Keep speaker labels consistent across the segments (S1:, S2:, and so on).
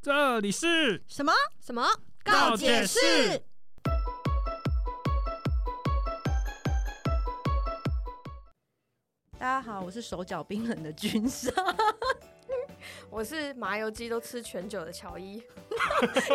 S1: 这里是
S2: 什么？
S3: 什么？
S1: 告解室
S2: 大家好，我是手脚冰冷的君 莎。
S3: 我是麻油鸡都吃全酒的乔伊，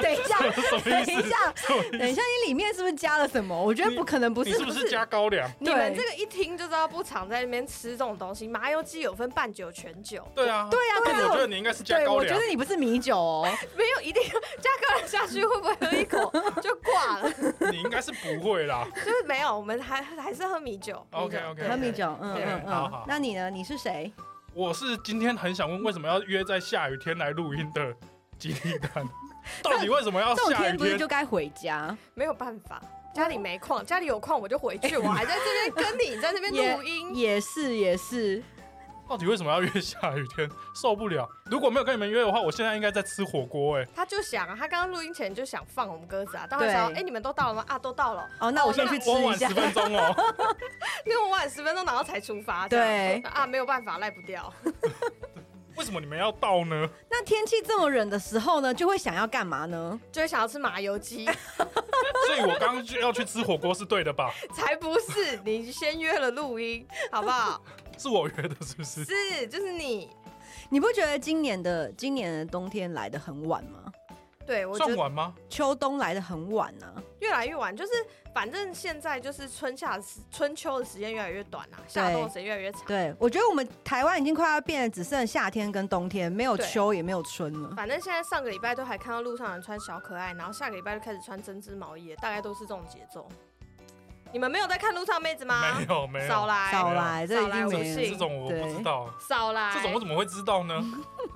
S2: 等一下，等一下，等一下，你里面是不是加了什么？我觉得
S4: 你
S2: 不可能不是，
S4: 你是不 是加高粱？
S3: 你们
S2: 对
S3: 这个一听就知道不常在那边吃这种东西。麻油鸡有分半酒、全酒，
S4: 对啊，
S2: 对啊
S4: 但
S2: 可是
S4: 我
S2: 我
S4: 觉得你应该是加
S2: 对，
S4: 高
S2: 我觉
S4: 粱
S2: 得。你不是米酒哦。
S3: 没有一定要加高粱下去，会不会喝一口就 挂了？
S4: 你应该是不会啦。
S3: 就是没有，我们还还是喝米酒。
S4: OK
S3: 米酒
S4: OK，
S2: 喝米酒，嗯
S3: 对
S2: 嗯
S4: 好
S2: 嗯
S4: 好。
S2: 那你呢？你是谁？
S4: 我是今天很想问，为什么要约在下雨天来录音的吉利 蛋？到底为什么要
S2: 这种
S4: 哦下
S2: 天
S4: 雨
S2: 不是
S4: 天
S2: 就？该回家？
S3: 没有办法，家里没矿，家里有矿我就回去，我还在这边跟你在这边录
S4: 嗯
S3: 音。
S2: 也是也是，
S4: 到底为什么要约下雨天？受不了！如果没有跟你们约的话，我现在应该在吃火锅哎、
S3: 他就想，他刚刚录音前就想放我们鸽子啊，当然
S2: 对
S3: 想，哎，你们都到了吗？啊，都 到了，
S2: 哦，那我先去吃
S4: 我
S2: 一
S4: 晚
S2: 下
S4: 十。分钟哦、
S3: 因为我晚十分钟，然后才出发。
S2: 对
S3: 这样啊，没有办法，赖不掉。
S4: 为什么你们要到呢？
S2: 那天气这么冷的时候呢，就会想要干嘛呢？
S3: 就会想要吃麻油鸡，
S4: 所以我刚刚就要去吃火锅是对的吧？
S3: 才不是！你先约了录音，好不好？
S4: 是我约的，是不是？
S3: 是，就是你。
S2: 你不觉得今年的今年的冬天来的很晚吗？
S3: 对，我觉
S4: 算
S3: 得
S4: 晚吗？
S2: 秋冬来的很晚啊呢、
S3: 越来越晚，就是反正现在就是春夏时春秋的时间越来越短啦、夏冬的时间越来越长。
S2: 对，我觉得我们台湾已经快要变得只剩夏天跟冬天，没有
S3: 对
S2: 秋也没有春了。
S3: 反正现在上个礼拜都还看到路上有人穿小可爱，然后下个礼拜就开始穿针织毛衣了，大概都是这种节奏。你们没有在看路上妹子吗
S4: 没？有没
S3: 少
S4: 有，
S3: 来，
S2: 少来，这已
S3: 少来
S2: 经
S3: 我
S2: 没
S3: 不
S2: 了
S3: 信
S4: 这种我不知道。
S3: 少来。
S4: 这种我怎么会知道呢？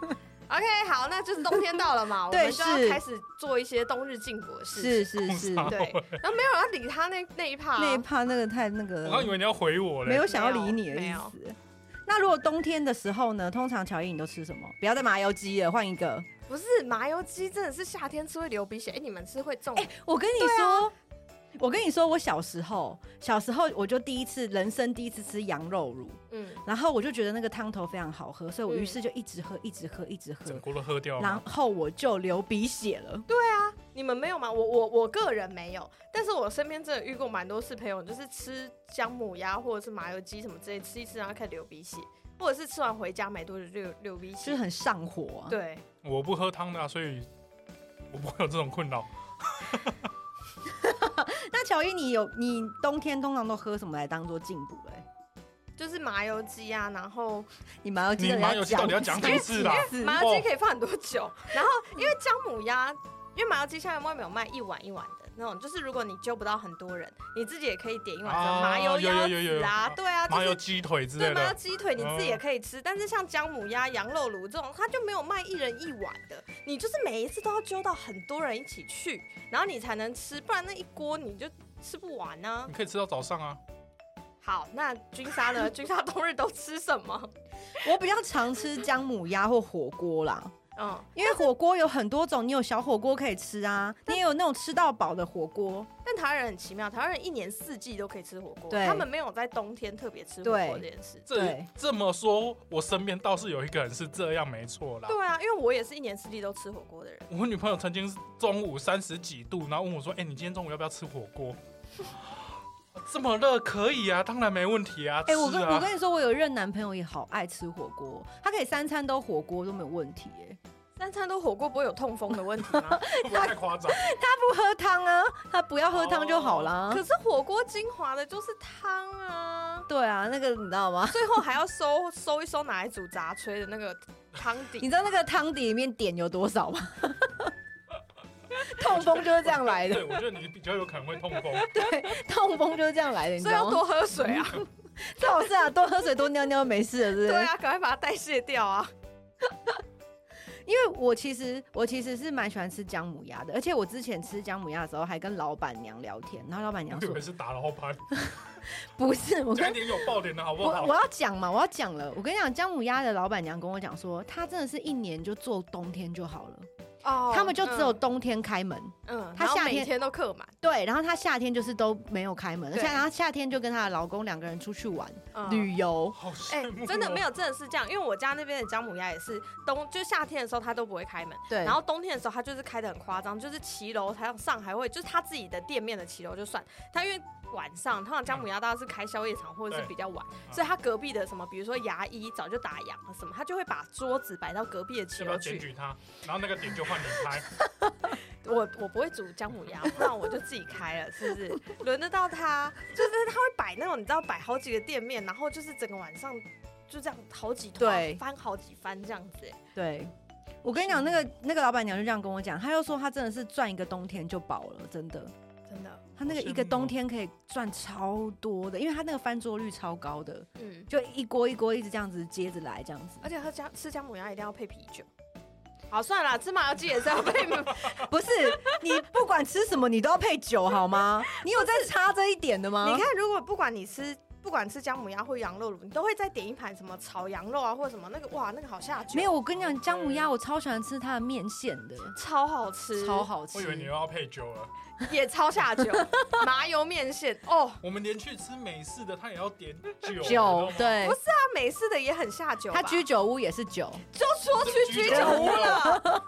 S3: OK，好，那就是冬天到 了嘛，我
S2: 对
S3: 们就要
S2: 是
S3: 开始做一些冬日禁果的事情。
S2: 是是是，
S4: 好
S3: 对，然后没有人要理他那那一趴、啊
S2: 那一趴那个太那
S4: 我
S2: 个
S4: 刚以为你要回我
S2: 没
S4: 嘞。
S2: 有想要理你的
S3: 没
S2: 意
S3: 有
S2: 思。那如果冬天的时候呢？通常乔伊你都吃什么？不要再麻油鸡了，换一个。
S3: 不是麻油鸡，真的是夏天吃会流鼻血。哎、你们吃会中？
S2: 哎、我跟你说，啊我跟你说，我小时候，小时候我就第一次人生第一次吃羊肉乳，
S3: 嗯，
S2: 然后我就觉得那个汤头非常好喝，所以我于
S3: 嗯
S2: 是就一直喝，一直喝，一直喝
S4: 整，锅都喝掉了
S2: 然
S4: 吗，
S2: 后我就流鼻血了。对，
S3: 你们没有吗？我我我个人没有，但是我身边真的遇过蛮多次朋友，就是吃姜母鸭或者是麻油鸡什么之类，吃一吃然后开始流鼻血，或者是吃完回家没多久就流流鼻
S2: 就
S3: 血。
S2: 是很上火啊。，
S3: 对，
S4: 我不喝汤的啊、所以我不会有这种困扰。
S2: 那乔伊，你有你冬天通常都喝什么来当做进补嘞？
S3: 就是麻油鸡啊，然后
S2: 你麻油鸡
S4: 你麻油鸡到底要讲几次啦？
S2: 次
S3: 麻油鸡可以放很多酒，然后因为姜母鸭，因为麻油鸡下面外面有卖一碗一碗的那种，就是如果你揪不到很多人，你自己也可以点一碗什么
S4: 啊
S3: 麻油
S4: 有有
S3: 鸭
S4: 有有
S3: 子啊，
S4: 有
S3: 对啊，就
S4: 麻油
S3: 是
S4: 鸡腿之
S3: 对
S4: 类
S3: 麻油
S4: 的，
S3: 鸡腿你自己也可以吃，但是像姜母鸭、羊肉炉这种，它就没有卖一人一碗的，你就是每一次都要揪到很多人一起去，然后你才能吃，不然那一锅你就吃不完呢、
S4: 你可以吃到早上啊。
S3: 好，那君莎呢？ 君莎冬日都吃什么？
S2: 我比较常吃姜母鸭或火锅啦，
S3: 嗯，
S2: 因为火锅有很多种，你有小火锅可以吃啊，
S4: 嗯
S2: 你也有那种吃到饱的火锅。
S3: 但台湾人很奇妙，台湾人一年四季都可以吃火锅，
S2: 对
S3: 他们没有在冬天特别吃火锅这件事。
S4: 这
S2: 对
S4: 这么说，我身边倒是有一个人是这样，没错啦。
S3: 对啊，因为我也是一年四季都吃火锅的人，
S4: 我女朋友曾经是中午三十几度，然后问我说：“哎、你今天中午要不要吃火锅？” 这么热可以啊，当然没问题啊，
S2: 哎、我
S4: 吃
S2: 跟我
S4: 啊。
S2: 跟你说，我有一任男朋友也好爱吃火锅，他可以三餐都火锅都没有问题、欸耶。
S3: 三餐都火锅不会有痛风的问题吗？
S4: 会不会太夸张？
S2: 他不喝汤啊，他不要喝汤就好啦。
S3: 可是火锅精华的就是汤啊，
S2: 对啊，那个你知道吗？
S3: 最后还要收收一收拿来煮杂炊的那个汤
S2: 你
S3: 底。
S2: 知道那个汤底里面碘有多 少吗？痛风就是这样来的
S4: 对，，我觉得你比较有可能会痛风。
S2: 对，痛风就是这样来的，你知
S3: 所以要
S2: 道吗？
S3: 多喝水啊！
S2: 最好是啊，多喝水，多尿尿，没事的，是不是？
S3: 对啊，赶快把它代谢掉啊！
S2: 因为我其实我其实是蛮喜欢吃姜母鸭的，而且我之前吃姜母鸭的时候还跟老板娘聊天，然后老板娘
S4: 我以
S2: 说
S4: 为是打老盘，
S2: 不是我
S4: 讲
S2: 跟
S4: 一。点有爆点的好不
S2: 我
S4: 好
S2: 我？要讲嘛，我要讲了。我跟你讲，姜母鸭的老板娘跟我讲说，她真的是一年就做冬天就好了，
S3: 哦
S2: 他们就只有冬天开门。
S3: 嗯，
S2: 他
S3: 他
S2: 夏
S3: 每
S2: 天
S3: 天都客满，
S2: 对，然后她夏天就是都没有开门，而且
S3: 对
S2: 然后夏天就跟她的老公两个人出去玩、
S3: 嗯
S2: 旅游。
S4: 好
S3: 哎、
S4: 羡慕、哦
S3: 真的没
S4: 有，
S3: 有，真的是这样，因为我家那边的姜母鸭也是冬，就夏天的时候它都不会开门，
S2: 对，
S3: 然后冬天的时候它就是开的很夸张，就是骑楼，还有上海会，就是他自己的店面的骑楼就算，他因为晚上通常姜母鸭大家是开宵夜场或者是
S4: 对
S3: 比较晚，所以他隔壁的什么，比如说牙医早就打烊了什么，他就会把桌子摆到隔壁的骑
S4: 要不要
S3: 楼
S4: 检
S3: 去。
S4: 举他？然后那个点就换你 拍，
S3: 我我不会煮姜母鸭，那我就自己开了，是不是？轮得到他，就是他会摆那种你知道摆好几个店面，然后就是整个晚上就这样好几团
S2: 对
S3: 翻好几番这样子、哎
S2: 对，我跟你讲，那个那个老板娘就这样跟我讲，她又说她真的是赚一个冬天就饱了，真的。
S3: 真的，
S2: 她那个
S4: 好羡
S2: 一个冬
S4: 慕哦
S2: 天可以赚超多的，因为她那个翻桌率超高的，
S3: 嗯，
S2: 就一锅一锅一直这样子接着来这样子。
S3: 而且喝姜吃姜母鸭一定要配啤酒。好，算了，芝麻油鸡也是要 配
S2: 不是你不管吃什么，你都要配酒好吗？你有在差这一点的吗？
S3: 你，看，如果不管你吃，不管吃姜母鸭或羊肉炉，你都会再点一盘什么炒羊肉啊，或者什么那个，哇，那个好下酒，
S2: 没有，我跟你讲，姜母鸭我超喜欢吃它的面线的，
S3: 超好吃，
S2: 超好吃。
S4: 我以为你又要配酒了。
S3: 也超 下酒，麻油面线哦，
S4: 我们连去吃美式的，他也要点酒，
S2: 酒，对
S3: 不，那美式的也很下酒吧，
S2: 它居酒屋也是酒，
S3: 就说去居酒屋了，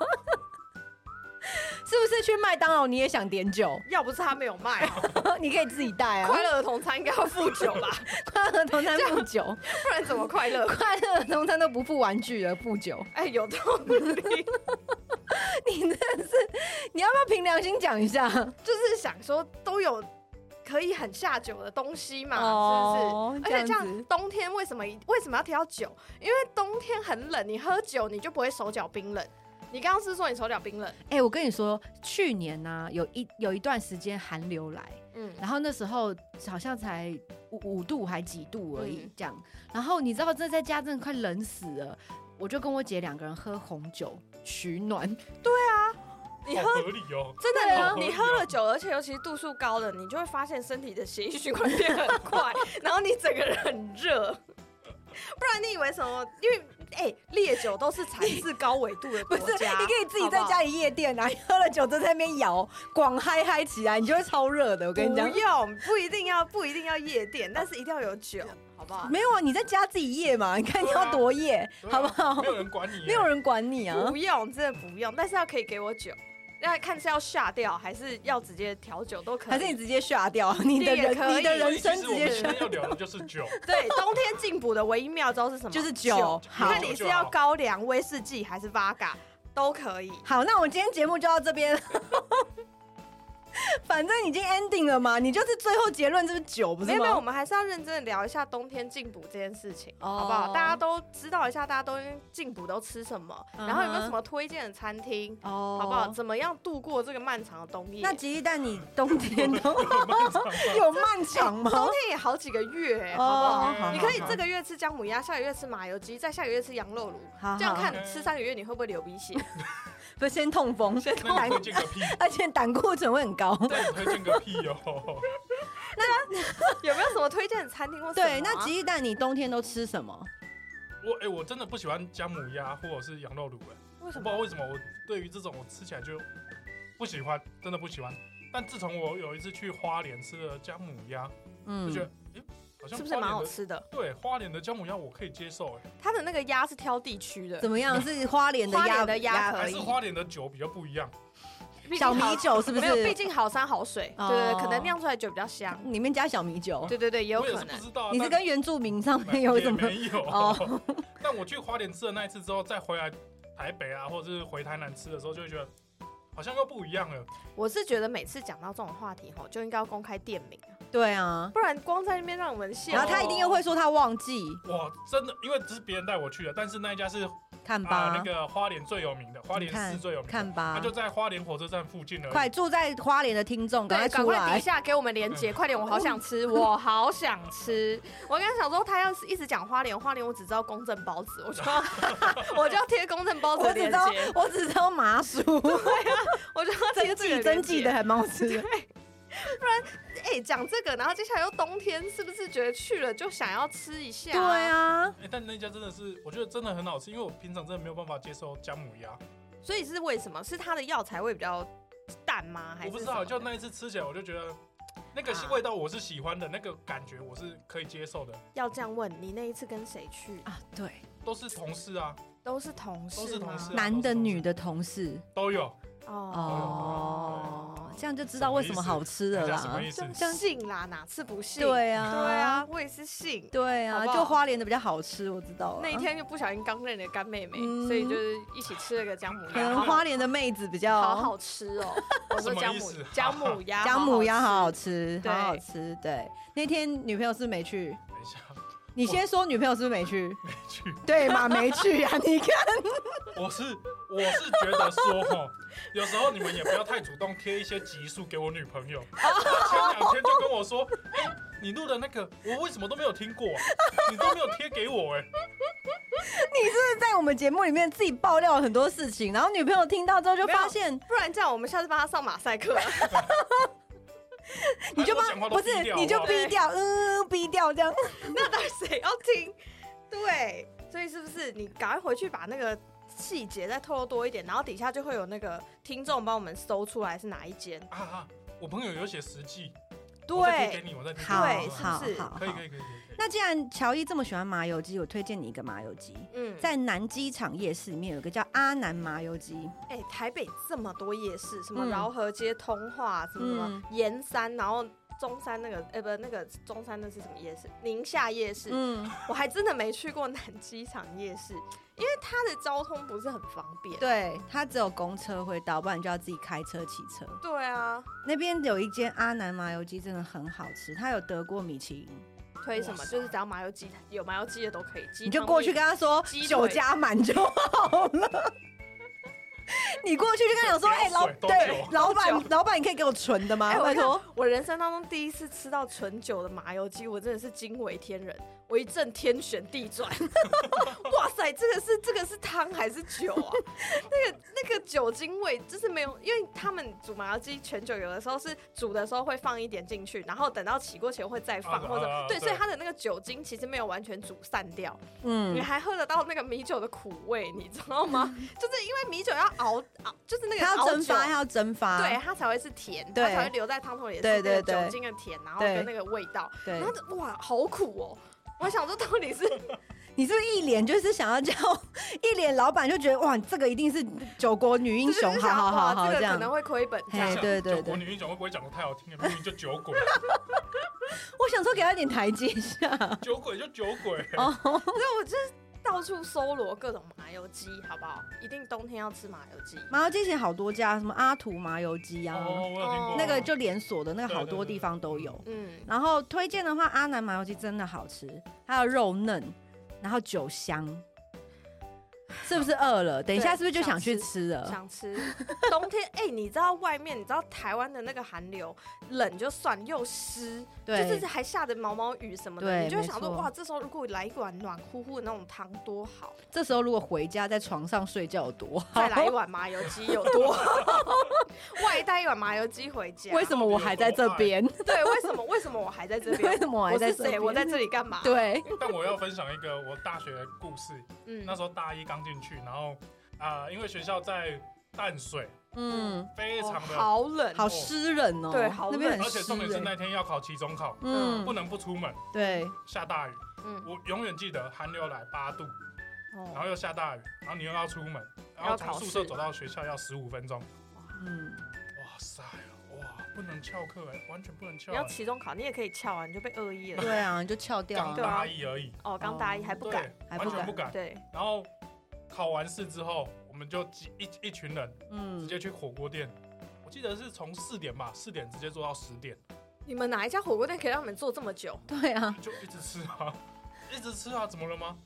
S2: 是不是去麦当劳你也想点酒？
S3: 要不是他没有 卖，
S2: 你可以自己带啊，
S3: 快乐儿童餐应该要付酒 吧，
S2: 快乐儿童餐 付酒，
S3: 不然怎么快乐？
S2: 快乐儿童餐都不付玩具了，付酒。
S3: 哎，有道理，
S2: 你真的是，你要不要凭良心讲一下？
S3: 就是想说都有可以很下酒的东西嘛，是不是？
S2: 哦，这
S3: 而且
S2: 样
S3: 这
S2: 子
S3: 样，冬天为什么为什么要提到酒？因为冬天很冷，你喝酒你就不会手脚冰冷。你刚刚是说你手脚冰冷？
S2: 哎、我跟你说，去年呢、有一有一段时间寒流来，
S3: 嗯，
S2: 然后那时候好像才五五度还几度而已
S3: 嗯
S2: 这样，然后你知道这在家真的快冷死了，我就跟我姐两个人喝红酒取暖，
S3: 你
S4: 好
S3: 喝
S4: 合理哦。
S3: 真
S2: 对
S3: 的
S2: 啊
S3: 你你喝了酒，而且尤其是度数高的，你就会发现身体的血液循环变很快，然后你整个人很热。 不然你以为什么？因为哎、烈酒都是产自高纬度的国家，好不好。
S2: 里夜店啊，你 喝了酒就在那边摇，广嗨嗨起来，你就会超热的。我
S3: 不用，不一定要，不一定要夜店，但是一定要有酒，好不好？
S2: 没有啊，你在家自己夜嘛，你 看你
S4: 对啊
S2: 要多夜，
S4: 对啊
S2: 好不好
S4: 没？有人管你耶，
S2: 没有人管你啊。
S3: 不用，真的不用，但是要可以给我酒，要看是要下掉还是要直接调酒都可以。
S2: 还是你直接下掉你的
S3: 也可
S2: 人，
S3: 以
S2: 你的
S4: 所
S2: 人
S4: 以其
S2: 生
S4: 实
S2: 直
S4: 我们
S2: 接
S4: 今
S2: 下
S4: 天要聊的就是 酒，
S3: 对冬天进补的唯一妙招是什么？
S2: 就是酒。
S3: 你
S2: 好，
S3: 看你是要高粱、威士忌还是 v 嘎都可以。
S2: 好，那我们今天节目就到这边。 反正已经 ending 了嘛，你就是最后结论就是酒，不是吗？
S3: 没有没有，我们还是要认真的聊一下冬天进补这件事情，
S2: 哦
S3: 好不好？大家都知道一下，大家都进补都吃什么，然后有
S2: 嗯
S3: 没有
S2: 哼
S3: 什么推荐的餐厅，
S2: 哦
S3: 好不好？？怎么样度过这个漫长的冬夜？
S2: 那吉利蛋，你冬天 都 有漫长吗
S3: 冬？天也好几个月、欸，好不好？
S2: 哦，好
S3: 你可以
S2: 好
S3: 这个月吃姜母鸭，下个月吃麻油鸡，再下个月吃羊肉炉，
S2: 好
S3: 这样
S2: 好
S3: 看
S4: 好
S3: 吃三个月你会不会流鼻血？
S2: 不是先痛风，先
S4: 那你推荐个屁，
S2: 而且胆固醇会很高。
S4: 那你推荐个屁哦。
S3: 有没有什么推荐的餐厅或什么 啊
S2: 对，那吉利蛋，你冬天都吃什么？
S4: 我哎、我真的不喜欢姜母鸭或者是羊肉炉哎、
S3: 为
S4: 我
S3: 什
S4: 不知道
S3: 么？
S4: 为什么我对于这种我吃起来就不喜欢，真的不喜欢。但自从我有一次去花莲吃了姜母鸭，就觉得
S2: 嗯，
S4: 哎、好像
S3: 是不是
S4: 花
S3: 蛮
S4: 莲
S3: 好
S4: 的
S3: 吃的？
S4: 对花莲的姜母鸭我可以接受哎、
S3: 它的那个鸭是挑地区的，
S2: 怎么样？是花莲的
S3: 花
S2: 鸭
S3: 莲的鸭可
S4: 还
S3: 以
S4: 是花莲的酒比较不一样。
S3: 毕竟
S2: 小米
S3: 好
S2: 酒是不
S3: 没有，
S2: 是
S3: 毕竟好山好水，
S2: 哦
S3: 对对对，可能酿出来酒比较香。
S2: 里面加小米酒？
S3: 对对对，也有
S4: 我也
S3: 可
S4: 是不
S3: 能。
S4: 知道、啊，
S2: 你是
S4: 但
S2: 跟原住民上面有
S4: 也
S2: 什么？
S4: 没有？
S2: 哦
S4: 但我去花莲吃的那一次之后，再回来台北啊，或者是回台南吃的时候，就会觉得好像又不一样了。
S3: 我是觉得每次讲到这种话题吼，就应该要公开店名，
S2: 对啊，
S3: 不然光在那边让我们笑。哦
S2: 然后他一定又会说他忘记
S4: 哇，真的，因为只是别人带我去的，但是那一家是
S2: 看
S4: 啊，那
S2: 吧，
S4: 个花莲最有名的，花莲市最有名的，
S2: 看
S4: 它
S2: 吧
S4: 就，在花莲火车站附近而已。
S2: 快住在花莲的听众，赶
S3: 对，
S2: 快
S3: 赶
S2: 出
S3: 快底
S2: 来！
S3: 下给我们连接，快点！我好 想吃，我好想吃。我刚刚想说，他要是一直讲花莲，花莲我只知道公正包子，我就 要我就要贴公正包子
S2: 我
S3: 的
S2: 只
S3: 链
S2: 知道
S3: 接，
S2: 我只知道麻 薯，
S3: 我就要
S2: 真
S3: 贴这
S2: 记
S3: 个链
S2: 真记
S3: 接
S2: 的。还蛮好吃的。
S3: 哎，讲这个，然后接下来又冬天，是不是觉得去了就想要吃一下？
S2: 对，啊，
S4: 哎、但那家真的是，我觉得真的很好吃，因为我平常真的没有办法接受姜母鸭，
S3: 所以是为什么？是它的药材味比较淡吗？还是
S4: 我不知
S3: 什
S4: 道，
S3: 么
S4: 就
S3: 的
S4: 那一次吃起来，我就觉得那个
S3: 啊
S4: 味道我是喜欢的，那个感觉我是可以接受的。
S3: 要这样问你那一次跟谁去？
S2: 啊，对，
S4: 都是同事啊，
S3: 都是同事吗，
S4: 都是同事 啊
S2: 男的女的同事
S4: 都有。
S2: 哦
S3: 哦，
S2: 这样就知道为什么好吃
S4: 大
S2: 的
S4: 家什么
S2: 啦
S4: 意。思？
S3: 就信啦，哪次不信？
S2: 对啊，
S3: 对啊，，我也是信。
S2: 对
S3: 好
S2: 啊，
S3: 不好
S2: 就花莲的比较好吃，我知道啊。
S3: 那一天就不小心刚认了干妹妹，
S2: 嗯
S3: 所以就是一起吃了个姜母
S2: 可
S3: 鸭，
S2: 能花莲的妹子比较
S3: 好好吃哦。我说姜母
S4: 什么意思
S3: 姜母鸭，
S2: 姜母鸭好好
S3: 吃。
S2: 吃，
S3: 对
S2: 好好吃。对，那天女朋友是不是没去，
S4: 等一下，
S2: 你先说女朋友是不是没去？
S4: 没去。
S2: 对嘛，没去啊！你看，
S4: 我是我是觉得说 吼，有时候你们也不要太主动贴一些集数给我女朋友。
S2: 哦
S4: 前两天就跟我说，哎、你录的那个我为什么都没有听过、啊，你都没有贴给我哎、
S2: 你是不是在我们节目里面自己爆料了很多事情，然后女朋友听到之后就
S3: 没有
S2: 发现，
S3: 不然这样，我们下次帮他上马赛克。
S2: 你就
S4: 把
S2: 帮
S4: 哎讲话都啊
S2: 不是
S4: 逼掉
S2: 你就
S4: 好不好
S2: 逼掉，嗯，逼掉这样。
S3: 那到底 谁要听？对，所以是不是你赶快回去把那个细节再透露多一点，然后底下就会有那个听众帮我们搜出来是哪一间？
S4: 啊啊！我朋友有写实际，我再贴
S3: 对
S4: 给，你，我再贴给
S2: 好
S3: 对
S4: 你。
S2: 好
S3: 是不是
S2: 好
S4: 可以
S2: 好
S4: 可。以可以可以可以。
S2: 那既然乔伊这么喜欢麻油鸡，我推荐你一个麻油鸡，
S3: 嗯，
S2: 在南机场夜市里面有一个叫阿南麻油鸡，
S3: 哎、台北这么多夜市，什么
S2: 嗯
S3: 饶河街、通化，啊什么什么
S2: 嗯
S3: 盐山，然后中山那个，哎、不，那个中山那是什么夜市？宁夏夜市，
S2: 嗯，
S3: 我还真的没去过南机场夜市，因为它的交通不是很方便。
S2: 对，它只有公车会到，不然就要自己开车骑车。
S3: 对啊，
S2: 那边有一间阿南麻油鸡，真的很好吃，它有得过米其林。
S3: 推什么
S4: 哇塞
S3: 就是只要麻油鸡，有麻油鸡的都可以。鸡
S2: 你就
S3: 汤
S2: 过去
S3: 面
S2: 跟他说
S3: 鸡腿
S2: 酒加满就好了。你过去就跟他讲说，哎、
S4: 多
S2: 老
S4: 水多
S2: 对
S4: 酒
S2: 老
S3: 多
S2: 板
S3: 酒，
S2: 老板，你可以给我纯的吗？
S3: 哎、我
S2: 拜托
S3: 看，我人生当中第一次吃到纯酒的麻油鸡，我真的是惊为天人，我一阵天旋地转。 哇塞，这个是这个是汤还是酒啊？ 那个那个酒精味就是没有，因为他们煮麻油鸡全酒有的时候是煮的时候会放一点进去，然后等到起锅前会再放，
S4: 啊
S3: 或者、
S4: 啊啊
S3: 对，
S4: 对
S3: 所以它的那个酒精其实没有完全煮散掉，你
S2: 嗯，
S3: 还喝得到那个米酒的苦味，你知道吗？ 就是因为米酒要熬熬，就是那个
S2: 他要
S3: 熬
S2: 蒸
S3: 酒
S2: 发，他要蒸发，
S3: 对，啊它才会是甜，它
S2: 对
S3: 才会留在汤头里，是
S2: 对
S3: 那
S2: 对
S3: 个
S2: 对
S3: 酒精的甜，然后
S2: 对
S3: 跟那个味道，
S2: 对
S3: 然后就哇，好苦哦！我想说，到底是
S2: 你是不是一脸就是想要叫一脸老板就觉得哇，这个一定是九国女 英雄，
S3: 就是
S2: 好
S3: 想
S2: 好好
S3: 哇
S2: 好这
S3: 这个可
S2: 样。
S3: 能会亏本这样
S2: 哎。对对对
S4: 我女英雄会不会讲的太好听了？明明就酒 鬼，
S2: 我想说给他一点台阶下，
S4: 酒鬼就酒鬼。
S3: 所以我就是到处搜罗各种麻油鸡，好不好？一定冬天要吃麻油鸡。
S2: 麻油鸡现在好多家，什么阿图麻油鸡啊，
S4: 哦，我有听过
S2: 那个就连锁的那个好多
S4: 对对对
S2: 地方都有。
S3: 嗯，
S2: 然后推荐的话，阿南麻油鸡真的好吃，它的肉嫩，然后酒香，是不是饿了？等一下是不是就想去吃了？
S3: 想吃冬天哎、你知道外面，你知道台湾的那个寒流，冷就算又湿，就
S2: 对
S3: 是，还下着毛毛雨什么的，
S2: 对
S3: 你就会
S2: 没
S3: 想说
S2: 错
S3: 哇，这时候如果来一碗暖乎乎的那种汤多好，
S2: 这时候如果回家在床上睡觉有多好
S3: 再？来一碗麻油鸡有多 好，外带一碗麻油鸡回家。
S2: 为什
S3: 么？
S2: 么我还在这边？
S3: 对，为什么？为什么我还在 这
S2: 为
S3: 边？
S2: 什么我还
S3: 啊 我
S2: 在
S3: 是
S2: 这
S3: 谁？
S2: 边？
S3: 我在这里干嘛？，
S2: 对，
S4: 但我要分享一个我大学的故事。
S3: 嗯
S4: 那时候大一刚进去，然后啊、因为学校在淡水，
S2: 嗯，
S4: 非
S3: 哦
S4: 常的，
S3: 好欸冷，
S2: 好诗人哦，
S3: 对好
S2: 那边
S3: 冷
S2: 很
S4: 而且
S2: 诗
S4: 重点是
S2: 人，
S4: 那天要考期中考，
S2: 嗯
S4: 不，能不出门，
S2: 对，
S4: 下大雨。
S3: 嗯，
S4: 我永远记得寒流来八度，然
S3: 哦，
S4: 后又下大雨，然后你又要出门，然
S3: 要
S4: 后
S3: 考试啊
S4: 从宿舍走到学校要十五分钟。
S2: 嗯，
S4: 哇塞，哇，不能翘课哎，完全不能翘
S3: 你要
S4: 哎。
S3: 期中考，你也可以翘啊，你就被恶意了。
S2: 对啊，你就翘掉
S4: 刚
S2: 啊
S3: 对，
S4: 大一而已，
S3: 哦，刚大一还不
S4: 对
S3: 敢，，
S2: 还
S4: 完
S2: 不
S4: 全
S2: 敢
S4: 不敢。
S3: 对，
S4: 然后考完试之后，我们就几一一群人直
S2: 嗯，
S4: 接去火锅店，我记得是从四点吧，四点直接做到十点。
S3: 你们哪一家火锅店可以让你们坐这么久，
S2: 对啊，
S4: 就一直吃啊，一直吃啊，怎么了吗？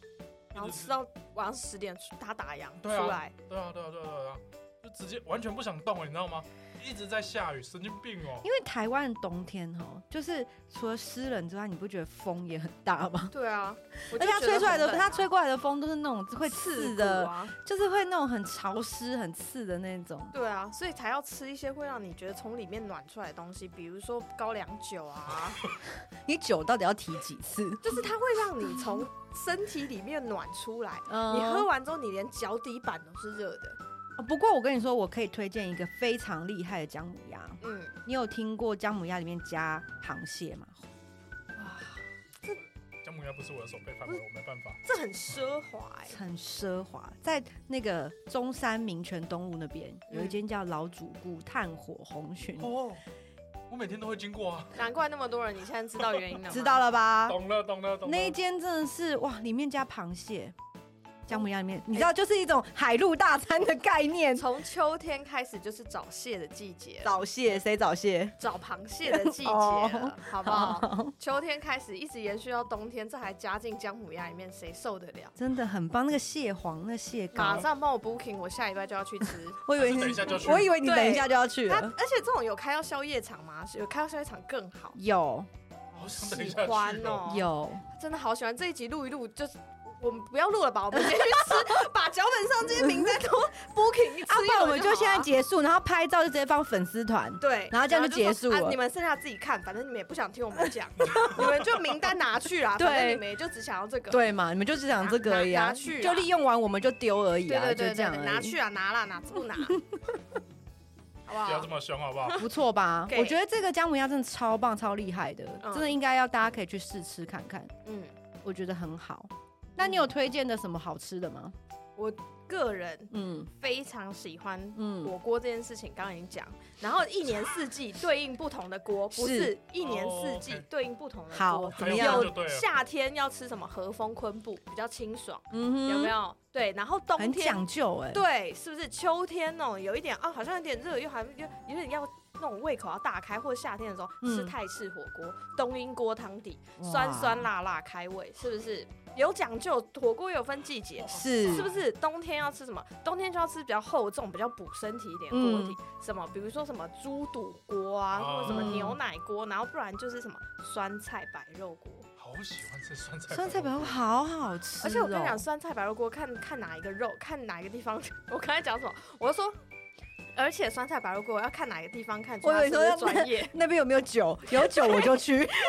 S3: 然后
S4: 一直
S3: 吃到晚上十点打打烊出
S4: 对啊
S3: 来？
S4: 对啊对啊对啊对啊，就直接完全不想动了，你知道吗？一直在下雨，神经病哦、
S2: 因为台湾的冬天哦，就是除了湿冷之外，你不觉得风也很大吗？
S3: 对啊，我
S2: 而
S3: 就
S2: 且它
S3: 觉
S2: 吹
S3: 得
S2: 出来的，
S3: 很冷
S2: 它
S3: 啊
S2: 吹过来的风都是那种会
S3: 刺
S2: 刺
S3: 骨
S2: 的，
S3: 啊，
S2: 就是会那种很潮湿、很刺的那种。
S3: 对啊，所以才要吃一些会让你觉得从里面暖出来的东西，比如说高粱酒啊，
S2: 你酒到底要提几 次？
S3: 就是它会让你从身体里面暖出来。
S2: 嗯
S3: 你喝完之后，你连脚底板都是热的，
S2: 哦不过我跟你说，我可以推荐一个非常厉害的姜母鸭。
S3: 嗯，
S2: 你有听过姜母鸭里面加螃蟹吗？
S3: 哇，
S4: 姜母鸭不是我的手背范围，我没办法。
S3: 这很奢华哎、
S2: 很奢华，在那个中山民权东路那边有一
S3: 嗯
S2: 间叫老主顾炭火红鲟，
S4: 哦，我每天都会经过啊。
S3: 难怪那么多人，你现在 知道原因了吗？
S2: 知道了吧？
S4: 懂了，懂了，懂了
S2: 啊那。一间真的是哇，里面加螃蟹，姜母鸭里面，你知道就是一种海陆大餐的概 念。
S3: 从秋天开始就是找蟹的季节了，
S2: 早蟹谁早蟹？
S3: 找螃蟹的 季节
S2: 哦
S3: 了，好不好？秋天开始一直延续到冬天，这还加进姜母鸭里面，谁受得 了？
S2: 真的很棒，那个蟹黄，那蟹膏
S3: 马，上帮我 booking，我下礼拜就要去吃。
S2: 我以为
S4: 等一下就去
S2: 我以为你
S3: 对啊
S2: 等一下就要去
S3: 它
S2: 了。
S3: 而且这种有开到宵夜场吗？有开到宵夜场更好，
S2: 有
S4: 好想等一
S3: 喜
S4: 下
S3: 欢
S4: 去哦。
S3: 哦、
S2: 有，啊
S3: 真的好喜欢这一集录一录，就是我们不要录了吧，我们直接去吃，把脚本上这些名单都 booking
S2: 阿
S3: 吃一
S2: 爸，
S3: 轮
S2: 我们就
S3: 好
S2: 现在
S3: 啊
S2: 结束，然后拍照就直接放粉丝团。
S3: 对，
S2: 然后这样就结束
S3: 然后就说
S2: 了
S3: 啊你们剩下自己看，反正你们也不想听我们讲，你们就名单拿去 啦。
S2: 对
S3: 反正你们也就只想要这个。
S2: 对啊嘛？你们就只讲这个而已
S3: 拿拿
S2: 啊，
S3: 去啊
S2: 就利用完我们就丢而已
S3: 对
S2: 啊，
S3: 对对
S2: 就这
S3: 对
S2: 样而
S3: 对，
S2: 已
S3: 拿去啊，拿啦，拿 不拿？好不
S4: 不要
S3: 好
S4: 这？么凶，好不好？
S2: 不错吧？
S3: 啊 给
S2: 我觉得这个姜母鸭真的超棒、超厉害的，
S3: 嗯
S2: 真的应该要大家可以去试吃看看，
S3: 嗯，
S2: 我觉得很好。那你有推荐的什么好吃的吗？
S3: 个人
S2: 嗯
S3: 非常喜欢。
S2: 嗯，
S3: 火锅这件事情刚刚已经讲，然后一年四季对应不同的锅，不
S2: 是
S3: 是一年四季
S4: 哦，OK
S3: 对应不同的
S2: 好
S3: 锅。
S2: 怎
S4: 还
S2: 么
S4: 有
S2: 样
S3: 有
S4: 这就对了。
S3: 夏天要吃什么和风昆布，比较清爽，
S2: 嗯哼
S3: 有没？有？对，然后冬
S2: 很
S3: 天
S2: 讲究哎，
S3: 对，是不是秋天哦，有一点啊，好像有点热，又还又有点要那种胃口要大开，或者夏天的时候吃
S2: 嗯
S3: 泰式火锅、冬阴锅汤底，
S2: 哇
S3: 酸酸辣辣开胃，是不是？有讲究，火锅有分季节。
S2: 是
S3: 是不？是冬天要吃什么？冬天就要吃比较厚重、比较补身体一点的锅
S2: 嗯
S3: 底，什么比如说什么猪肚锅啊，或者什么
S2: 哦
S3: 牛奶锅，然后不然就是什么酸菜白肉锅。
S4: 好喜欢吃酸菜。
S2: 酸菜白肉好好吃哦，
S3: 而且我跟你讲，酸菜白肉锅看看哪一个肉，看哪一个地方。 我刚才讲什么？我说，而且酸菜白肉锅要看哪个地方看出
S2: 我以为
S3: 它是不
S2: 说
S3: 是
S2: 要
S3: 专业，
S2: 那边有没有酒？有酒我就去。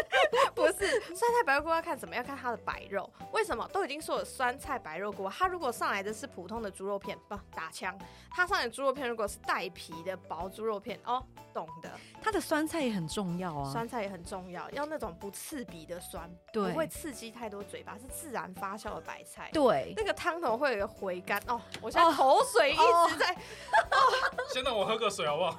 S3: 不是酸菜白肉锅要看什么？要看它的白肉。为什么？都已经说了酸菜白肉锅，它如果上来的是普通的猪肉片，不打枪，它上来的猪肉片如果是带皮的薄猪肉片，哦，懂的。
S2: 它的酸菜也很重要啊，
S3: 酸菜也很重要，要那种不刺鼻的酸，不
S2: 对
S3: 会刺激太多嘴巴，是自然发酵的白菜。
S2: 对，
S3: 那个汤头会有一个回甘哦，我现在
S2: 哦
S3: 口水一直在，
S4: 先让我喝个水好不好？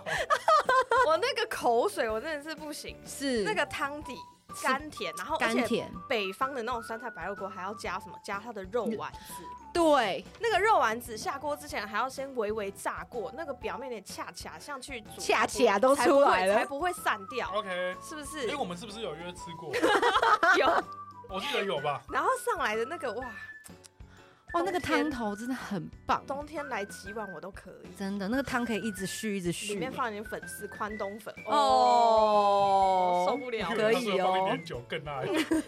S3: 我那个口水我真的是不行。
S2: 是
S3: 那个汤底
S2: 是
S3: 甘甜，然后而
S2: 甘
S3: 且
S2: 甜，
S3: 北方的那种酸菜白肉锅还要加什么？加它的肉丸子，
S2: 对，
S3: 那个肉丸子下锅之前还要先微微炸过，那个表面的恰恰像去煮，
S2: 恰恰都
S3: 才不
S2: 出
S3: 会
S2: 来
S3: 才
S2: 了，
S3: 不会散掉，
S4: OK，
S3: 是不是
S4: 哎、？我们是不是有约吃过？
S2: 哎
S3: 有，
S4: 我记得有吧？
S3: 然后上来的那个哇，
S2: 哇，哦那个
S3: 冬天
S2: 汤头真的很棒，
S3: 冬天来几碗我都可以。
S2: 真的，那个汤可以一直续，一直
S3: 里
S2: 续
S3: 面。放一点粉丝宽冬粉哦，受
S2: 哦，
S3: 不了
S4: 因，为
S2: 可以
S4: 那时候放一
S2: 哦
S4: 点酒更爱。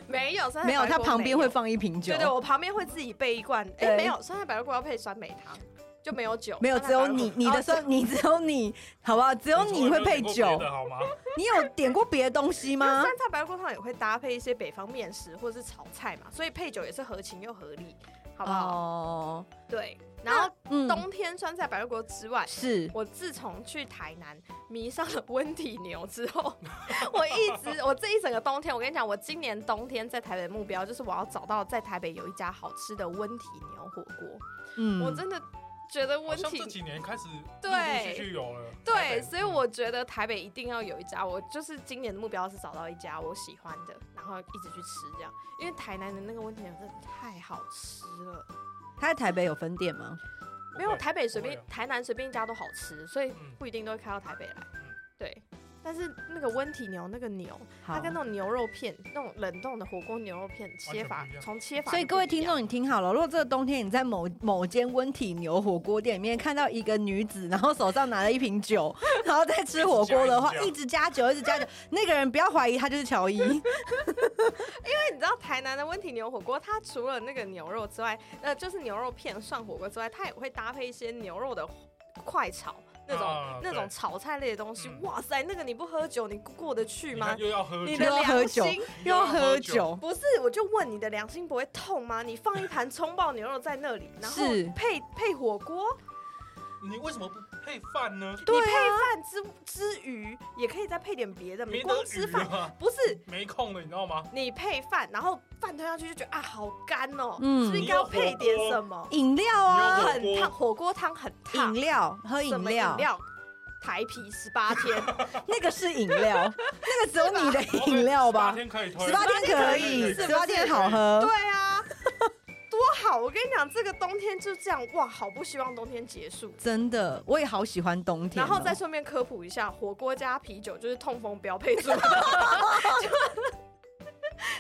S3: 没有酸菜
S2: 没有，
S3: 白
S2: 它
S3: 肉
S2: 旁边
S3: 没
S2: 会
S3: 有
S2: 放一瓶酒
S3: 对。对，我旁边会自己备一罐。哎、
S2: 对
S3: 没有，酸菜白肉锅要配酸梅汤，就没有酒。
S2: 没有，
S3: 酸
S2: 只
S3: 菜白
S2: 有
S3: 肉
S2: 你，你的
S3: 哦
S2: 时候你只有你，好不好？只有你会配
S4: 我从来没有点
S2: 酒，
S4: 过别的好 吗？
S2: 你有点过别的东西
S3: 因为
S2: 吗？
S3: 酸菜白肉锅汤也会搭配一些北方面食或者是炒菜嘛，所以配酒也是合情又合理，好不好？
S2: 哦，
S3: 对。然后
S2: 嗯
S3: 冬天酸菜白肉锅之外，
S2: 是
S3: 我自从去台南迷上了温体牛之 后，我一直我这一整个冬天，我跟你讲，我今年冬天在台北目标就是我要找到在台北有一家好吃的温体牛火锅。
S2: 嗯，
S3: 我真的觉得
S4: 好
S3: 温
S4: 像这
S3: 体
S4: 几年开始陆陆
S3: 对
S4: 续续有了。台
S3: 对，
S4: 北
S3: 所以我觉得台北一定要有一家。我就是今年的目标是找到一家我喜欢的，然后一直去吃这样。因为台南的那个温体牛真的太好吃了，
S2: 他在台北有分店吗？
S3: 没有
S4: 不会
S3: 台北随
S4: 不
S3: 便
S4: 会啊
S3: 台南随便一家都好吃，所以
S4: 嗯
S3: 不一定都会开到台北来。对，但是那个温体牛那个牛。它
S2: 好，
S3: 跟那种牛肉片、那种冷冻的火锅牛肉片切法
S4: 完全不一，样
S3: 从切法就不一样。
S2: 所以各位听众，你听好了，如果这个冬天你在某某间温体牛火锅店里面看到一个女子，然后手上拿了一瓶 酒，然后在吃火锅的话，一
S4: 一
S2: 直加酒，一直加酒，那个人不要怀疑他就是乔伊，
S3: 你知道台南的温体牛火锅，它除了那个牛肉之外，呃，就是牛肉片涮火锅之外，它也会搭配一些牛肉的快炒那种、
S4: 啊
S3: 那种
S4: 对
S3: 炒菜类的东西。
S4: 嗯
S3: 哇塞，那个你不喝酒，你过得去
S4: 你
S3: 吗
S4: 看？又要喝
S3: 你
S4: 酒
S3: 的
S2: 又，要喝
S3: 良
S2: 酒
S3: 心
S2: 又要喝酒，
S3: 不是，我就问你的良心不会痛吗？你放一盘葱爆牛肉在那里，然后
S2: 是
S3: 配配火锅，
S4: 你为什么不配饭呢？
S2: 对
S3: 你配
S2: 啊
S3: 饭之之余，也可以再配点别的，
S4: 没
S3: 光
S4: 得
S3: 吃
S4: 鱼
S3: 饭
S4: 啊，
S3: 不是
S4: 没空了，你知道 吗？
S3: 你配饭，然后饭推上去就觉得啊好干哦，
S2: 嗯
S3: 是不是应该要配点什么？
S2: 饮料
S4: 你
S2: 啊
S4: 要，
S3: 很烫，火锅汤很烫
S2: 饮，料，喝
S3: 什
S2: 饮
S3: 么
S2: 料
S3: 饮，料？台啤十八天，
S2: 那个是饮 料，那个只有你的饮料吧
S4: 十八？天可以推，
S2: 十八天可以，
S4: 是不
S2: 十
S4: 是
S2: 八天好喝。
S3: 对啊，多好！我跟你讲，这个冬天就这样，哇，好不希望冬天结束。
S2: 真的，我也好喜欢冬天
S3: 然
S2: 哦。
S3: 后再顺便科普一下，火锅加啤酒就是痛风标配组。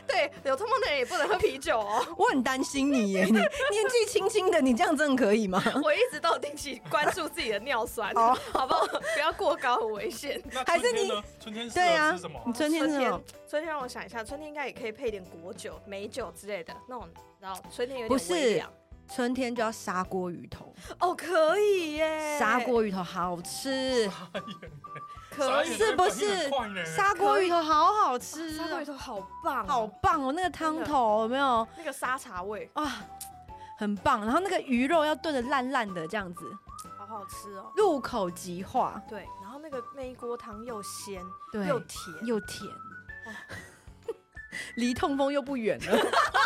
S3: 对，有痛风的人也不能喝啤酒哦。
S2: 我很担心你耶，你 年纪轻轻的，你这样真的可以吗？
S3: 我一直都有定期关注自己的尿酸，
S2: 哦
S3: 好不好？不要过高，很危险。
S4: 那
S2: 还是
S4: 春天呢？春天适
S2: 对啊
S4: 合吃什么？
S2: 你 春天是什么？
S3: 春天让我想一下，春天应该也可以配点果酒、美酒之类的那种，然后春天有
S2: 不
S3: 点
S2: 是
S3: 微凉
S2: 春天就要砂锅鱼头，
S3: 哦，可以耶，
S2: 砂锅鱼头好吃，
S3: 可以
S2: 以，是不是
S4: 沙
S2: 砂锅鱼头好好吃
S3: 砂锅鱼
S2: 哦，
S3: 头好棒，
S2: 好棒哦！那个汤头有没有
S3: 那个沙茶味，
S2: 啊？很棒。然后那个鱼肉要炖的烂烂的，这样子
S3: 好好吃哦。
S2: 入口即化，
S3: 对，然后那个那一锅汤又鲜
S2: 对，
S3: 又甜，
S2: 又甜，
S3: 哦
S2: 离痛风又不远了，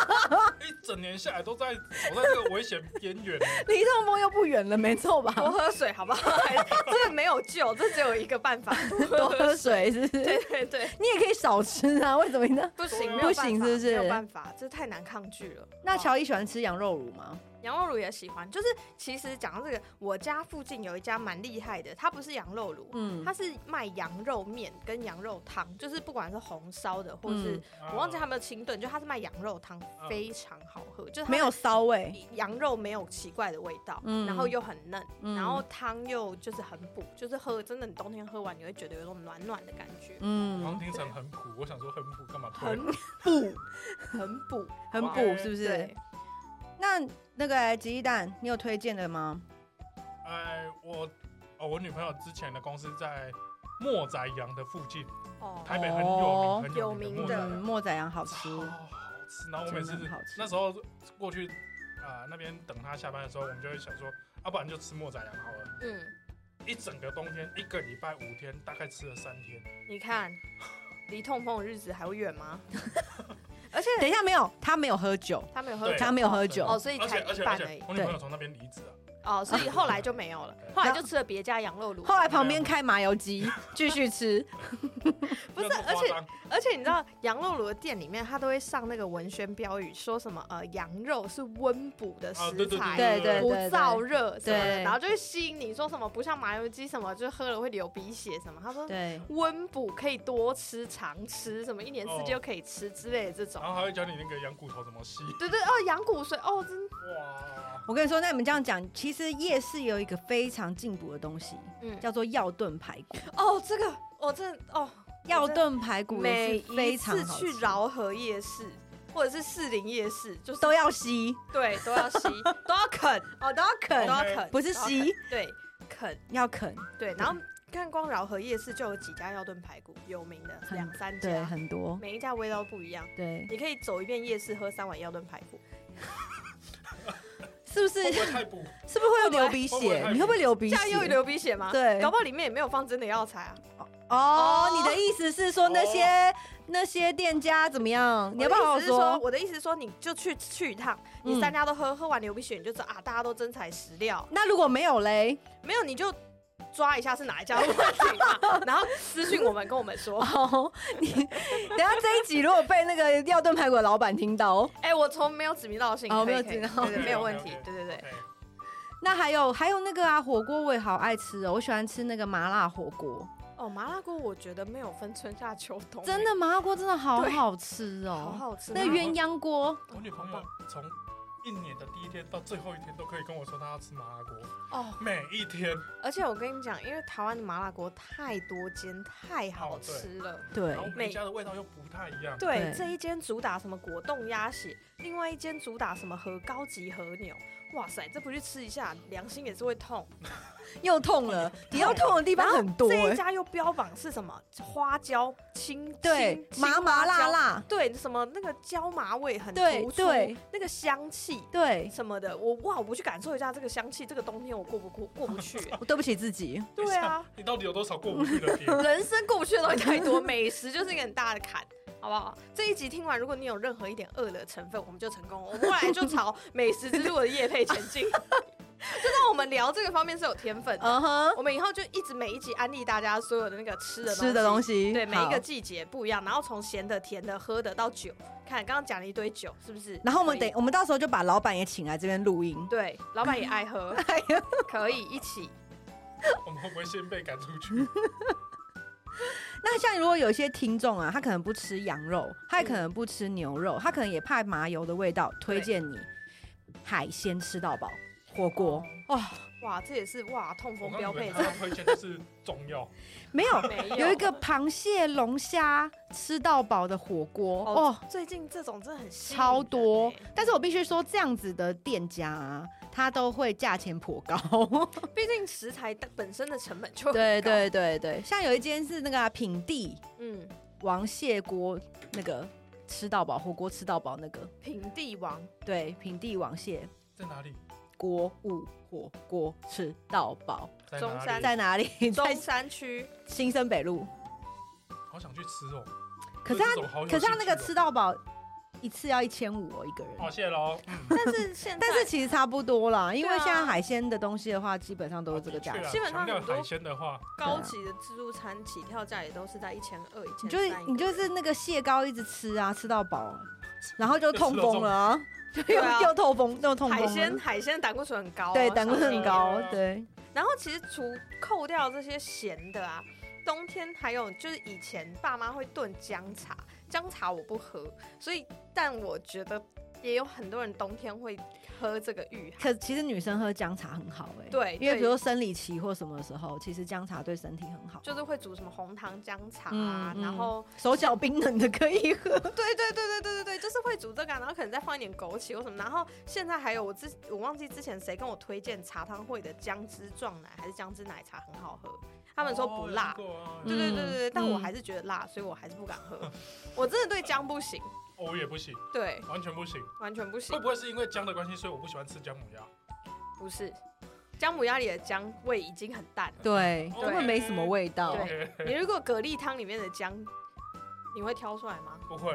S4: 一整年下来都在我在这个危险边 缘欸。
S2: 离痛风又不远了，没错吧？
S3: 多喝水好不好？还这个没有救，这只有一个办法，
S2: 多喝。水是不是？
S3: 对哦对对，
S2: 你也可以少吃啊， 为什么呢？
S3: 不
S4: 对啊
S3: 行，没有办法
S2: 不行是不是
S3: 没有办法，这太难抗拒了。
S2: 那乔伊喜欢吃羊肉乳吗？
S3: 羊肉炉也喜欢，就是其实讲到这个，我家附近有一家蛮厉害的，它不是羊肉炉，
S2: 嗯，
S3: 它是卖羊肉面跟羊肉汤，就是不管是红烧的或是、
S2: 嗯
S3: 我忘记他有没有清炖，就它是卖羊肉汤，非常好喝，就是它
S2: 没有骚味，
S3: 羊肉没有奇怪的味道，
S2: 嗯
S3: 然后又很嫩，
S2: 嗯
S3: 然后汤又就是很补，就是喝真的，你冬天喝完你会觉得有一种暖暖的感觉，
S4: 黄
S2: 嗯，
S4: 庭成很普，我想说很普干嘛推？
S3: 很
S2: 补
S3: 很补，
S2: 很补
S4: 对
S2: 是不是
S3: 对？，
S2: 那那个吉利蛋，你有推荐的吗？
S4: 哎，我哦，我女朋友之前的公司在莫仔洋的附近，
S3: 哦，
S4: 台北很有
S2: 哦
S4: 名，很有
S3: 有
S4: 名
S3: 名的
S4: 的
S2: 嗯，
S4: 莫
S2: 莫仔羊好吃
S4: 仔，洋，超好吃。然后我每次
S2: 真的很好吃
S4: 那时候过去啊那边等她下班的时候，我们就会想说，要不然就吃莫仔洋好了。
S3: 嗯，
S4: 一整个冬天，一个礼拜五天，大概吃了三天。
S3: 你看，离痛风的日子还会远吗？而且
S2: 等一下，没有，他没有喝酒，
S3: 他没有喝
S4: 对
S2: 他
S3: 酒
S2: 没有喝酒
S3: 哦，，所以
S4: 而且
S3: 才
S4: 而
S3: 一
S4: 且而
S3: 半而
S4: 且
S3: 已，
S4: 我女朋友从那边离职啊。
S3: 哦，所以后来就没有了，后来就吃了别家羊肉炉。
S2: 后来旁边开麻油鸡，继续 吃。
S3: 不是
S4: 没有这么夸张
S3: 而且你知道羊肉炉的店里面，他都会上那个文宣标语，说什么呃羊肉是温补的
S4: 啊，
S3: 食
S4: 对对
S3: 材。
S2: 哦对对
S3: 不燥热什么的，
S2: 对
S3: 然后就会吸引你说什么不像麻油鸡什么，就喝了会流鼻血什么。他说
S2: 对，
S3: 温补可以多吃、常吃，什么一年四季
S4: 哦
S3: 都可以吃之类的这种
S4: 然。后还会教你那个羊骨头怎么吸。
S3: 对对哦，羊骨髓哦，真
S4: 哇，
S2: 我跟你说，那你们这样讲，其实夜市有一个非常进补的东西，
S3: 嗯
S2: 叫做药炖排骨。
S3: 哦，这个我真的哦，
S2: 药炖排骨
S3: 每
S2: 也是非
S3: 一
S2: 常
S3: 次
S2: 好
S3: 去
S2: 吃，
S3: 饶河夜市或者是士林夜市，就是
S2: 都要吸，
S3: 对都要吸，都要啃，
S2: 哦，都要
S3: 都
S2: 啃，
S3: 要啃，
S2: 不是
S3: 都要
S2: 吸，
S3: 啃，对，啃
S2: 要啃，
S3: 对。然后看光饶河夜市就有几家药炖排骨有名的，
S2: 很
S3: 两三
S2: 对，
S3: 家，
S2: 很多，
S3: 每一家味道不一样。
S2: 对，
S3: 你可以走一遍夜市，喝三碗药炖排骨。
S2: 是不是？
S4: 会不
S2: 是
S4: 会太补？
S2: 不是会有流鼻
S4: 会不会
S2: 血？
S4: 太
S2: 你会不会流鼻
S3: 这样又会
S2: 血？
S3: 流鼻血吗？
S2: 对
S3: 搞不好里面也没有放真的药材啊。
S2: 哦
S3: 哦，
S2: 你的意思是说那些那些店家怎么样？你要不要好
S3: 我
S2: 好
S3: 的意思是说，
S2: 说？
S3: 我的意思是说，你就去去一趟，
S2: 嗯
S3: 你三家都喝，喝完流鼻血，你就知道啊，大家都真材实料。
S2: 那如果没有 嘞？
S3: 没有你就抓一下是哪一家的问题嘛，然后私信我们跟我们 说。
S2: 哦，你等一下这一集如果被那个药炖排骨的老板听到哦，
S3: 哎、我从没有指名道姓，
S2: 哦
S3: 可以
S2: 没有
S3: 可以
S2: 指名道
S3: 对对，没有问题
S4: OK，OK，OK，
S3: 对对对。
S4: OK，
S2: 那还有还有那个啊，火锅我也好爱吃哦，我喜欢吃那个麻辣火锅，
S3: 哦，麻辣锅我觉得没有分春夏秋冬，
S2: 真的麻辣锅真的好
S3: 对
S2: 好吃
S3: 好
S2: 哦，
S3: 好吃。
S2: 那鸳鸯锅
S4: 我女朋友从一年的第一天到最后一天都可以跟我说她要吃麻辣锅，
S3: 哦，
S4: 每一天。
S3: 而且我跟你讲，因为台湾的麻辣锅太多间，太好吃了。
S2: 对
S4: 然后。每
S3: 每
S4: 家的味道又不太一样。
S3: 对
S2: 对，
S3: 这一间主打什么果冻鸭血，另外一间主打什么和高级和牛。哇塞，这不去吃一下，良心也是会痛。
S2: 又痛了，比较痛的地
S3: 然
S2: 方
S3: 后
S2: 很多、
S3: 这一
S2: 欸，
S3: 家又标榜是什么花椒青，
S2: 对，
S3: 青
S2: 麻麻辣，
S3: 青花椒
S2: 辣，
S3: 对，什么那个椒麻味很
S2: 对
S3: 突出，
S2: 对
S3: 那个香气
S2: 对，
S3: 什么的，我哇，我不去感受一下这个香气，这个冬天我过不过过不 去、欸
S2: 对不起自己，
S4: 等一
S3: 对
S4: 下
S3: 啊，
S4: 你到底有多少过不 去的点？
S3: 人生过不去的东西太多，美食就是一个很大的坎，好不好？这一集听完，如果你有任何一点饿的成分，我们就成功了。我们后来就朝美食之路的业配前 进，就让我们聊这个方面是有天分 的。
S2: 嗯哼，
S3: 我们以后就一直每一集安利大家所有的那个吃的
S2: 吃的东
S3: 西。
S2: 西，
S3: 对，每一
S2: 好
S3: 个季节不一样，然后从咸的、甜的、喝的到酒，看刚刚讲了一堆酒，是不是？
S2: 然后我们
S3: 可以
S2: 等，我们到时候就把老板也请来这边录音。
S3: 对，老板也爱喝，
S2: 哎呀，
S3: 可以一起。
S4: 我们会不会先被赶出 去？
S2: 那像如果有一些听众啊，他可能不吃羊肉，他也可能不吃牛肉，他可能也怕麻油的味道，推荐你海鲜吃到饱，火锅哦，
S3: 哇，这也是哇痛
S4: 我
S3: 风
S4: 刚
S3: 标
S4: 以为
S3: 配，
S4: 他要推荐的是中药，
S2: 没有，
S3: 没有
S2: 有一个螃蟹、龙虾吃到饱的火锅
S3: 哦
S2: 哦，
S3: 最近这种真的很吸引
S2: 超
S3: 人
S2: 多
S3: 欸。
S2: 但是我必须说，这样子的店家啊，他都会价钱颇高。
S3: 毕竟食材的本身的成本就很
S2: 对
S3: 高，
S2: 对对对，像有一间是那个啊、品地
S3: 嗯，
S2: 王蟹锅，那个吃到饱火锅吃到饱那个，
S3: 平地王
S2: 对，平地王蟹
S4: 在哪里？
S2: 锅物火锅吃到饱
S4: 在
S3: 中
S4: 哪
S3: 山
S4: 里？
S2: 在哪里？
S3: 中
S2: 在
S3: 山区，
S2: 新生北路。
S4: 好想去吃哦。
S2: 可是他，
S4: 对这种好有
S2: 可是他
S4: 兴
S2: 那
S4: 趣
S2: 个
S4: 哦
S2: 吃到饱一次要一千五哦，一个人。
S4: 哦，谢喽。
S3: 但是现 在
S2: 但是其实差不多啦，因为
S3: 对啊
S2: 现在海鲜的东西的话，基本上都是这个价
S4: 的确
S2: 钱
S4: 啊。
S3: 基本上
S4: 强调
S3: 很多
S4: 海鲜的话，
S3: 高级的自助餐起跳价也都是在一千二、一
S2: 你
S3: 千
S2: 就是
S3: 三，
S2: 你就是那个蟹膏一直吃啊，吃到饱 啊，然后就痛风了啊，就
S3: 对
S2: 又
S3: 啊
S2: 又痛风，又痛风
S3: 海
S2: 了。
S3: 鲜海鲜胆固醇很高啊、
S2: 对，胆固醇
S3: 小
S2: 很
S3: 心
S2: 高
S4: 啊，
S2: 对，
S3: 然后其实除扣掉这些咸的啊，冬天还有就是以前爸妈会炖姜茶，姜茶我不喝，所以但我觉得也有很多人冬天会喝这个御寒。
S2: 可其实女生喝姜茶很好哎、
S3: 对
S2: 因为
S3: 对
S2: 比如说生理期或什么时候，其实姜茶对身体很好，
S3: 就是会煮什么红糖姜茶啊，
S2: 嗯嗯
S3: 然后
S2: 手脚冰冷的可以喝。
S3: 对对对对对对对，就是会煮这个啊，然后可能再放一点枸杞或什么，然后现在还有我之我忘记之前谁跟我推荐茶汤会的姜汁撞奶还是姜汁奶茶很好喝，他们说不辣，
S4: 哦
S3: 对对对对对，
S2: 嗯
S3: 但我
S2: 嗯
S3: 还是觉得辣，所以我还是不敢喝。我真的对姜不行，
S4: 我哦也不行，
S3: 对，
S4: 完全不行。
S3: 完全不
S4: 会
S3: 行。
S4: 不会是因为姜的关系，所以我不喜欢吃姜母鸭？
S3: 不是，姜母鸭里的姜味已经很淡了。
S2: 对，
S4: 对
S2: 根本没什么味道。
S3: 对
S4: OK，
S3: 你如果蛤蜊汤里面的姜，你会挑出来吗？
S4: 不会，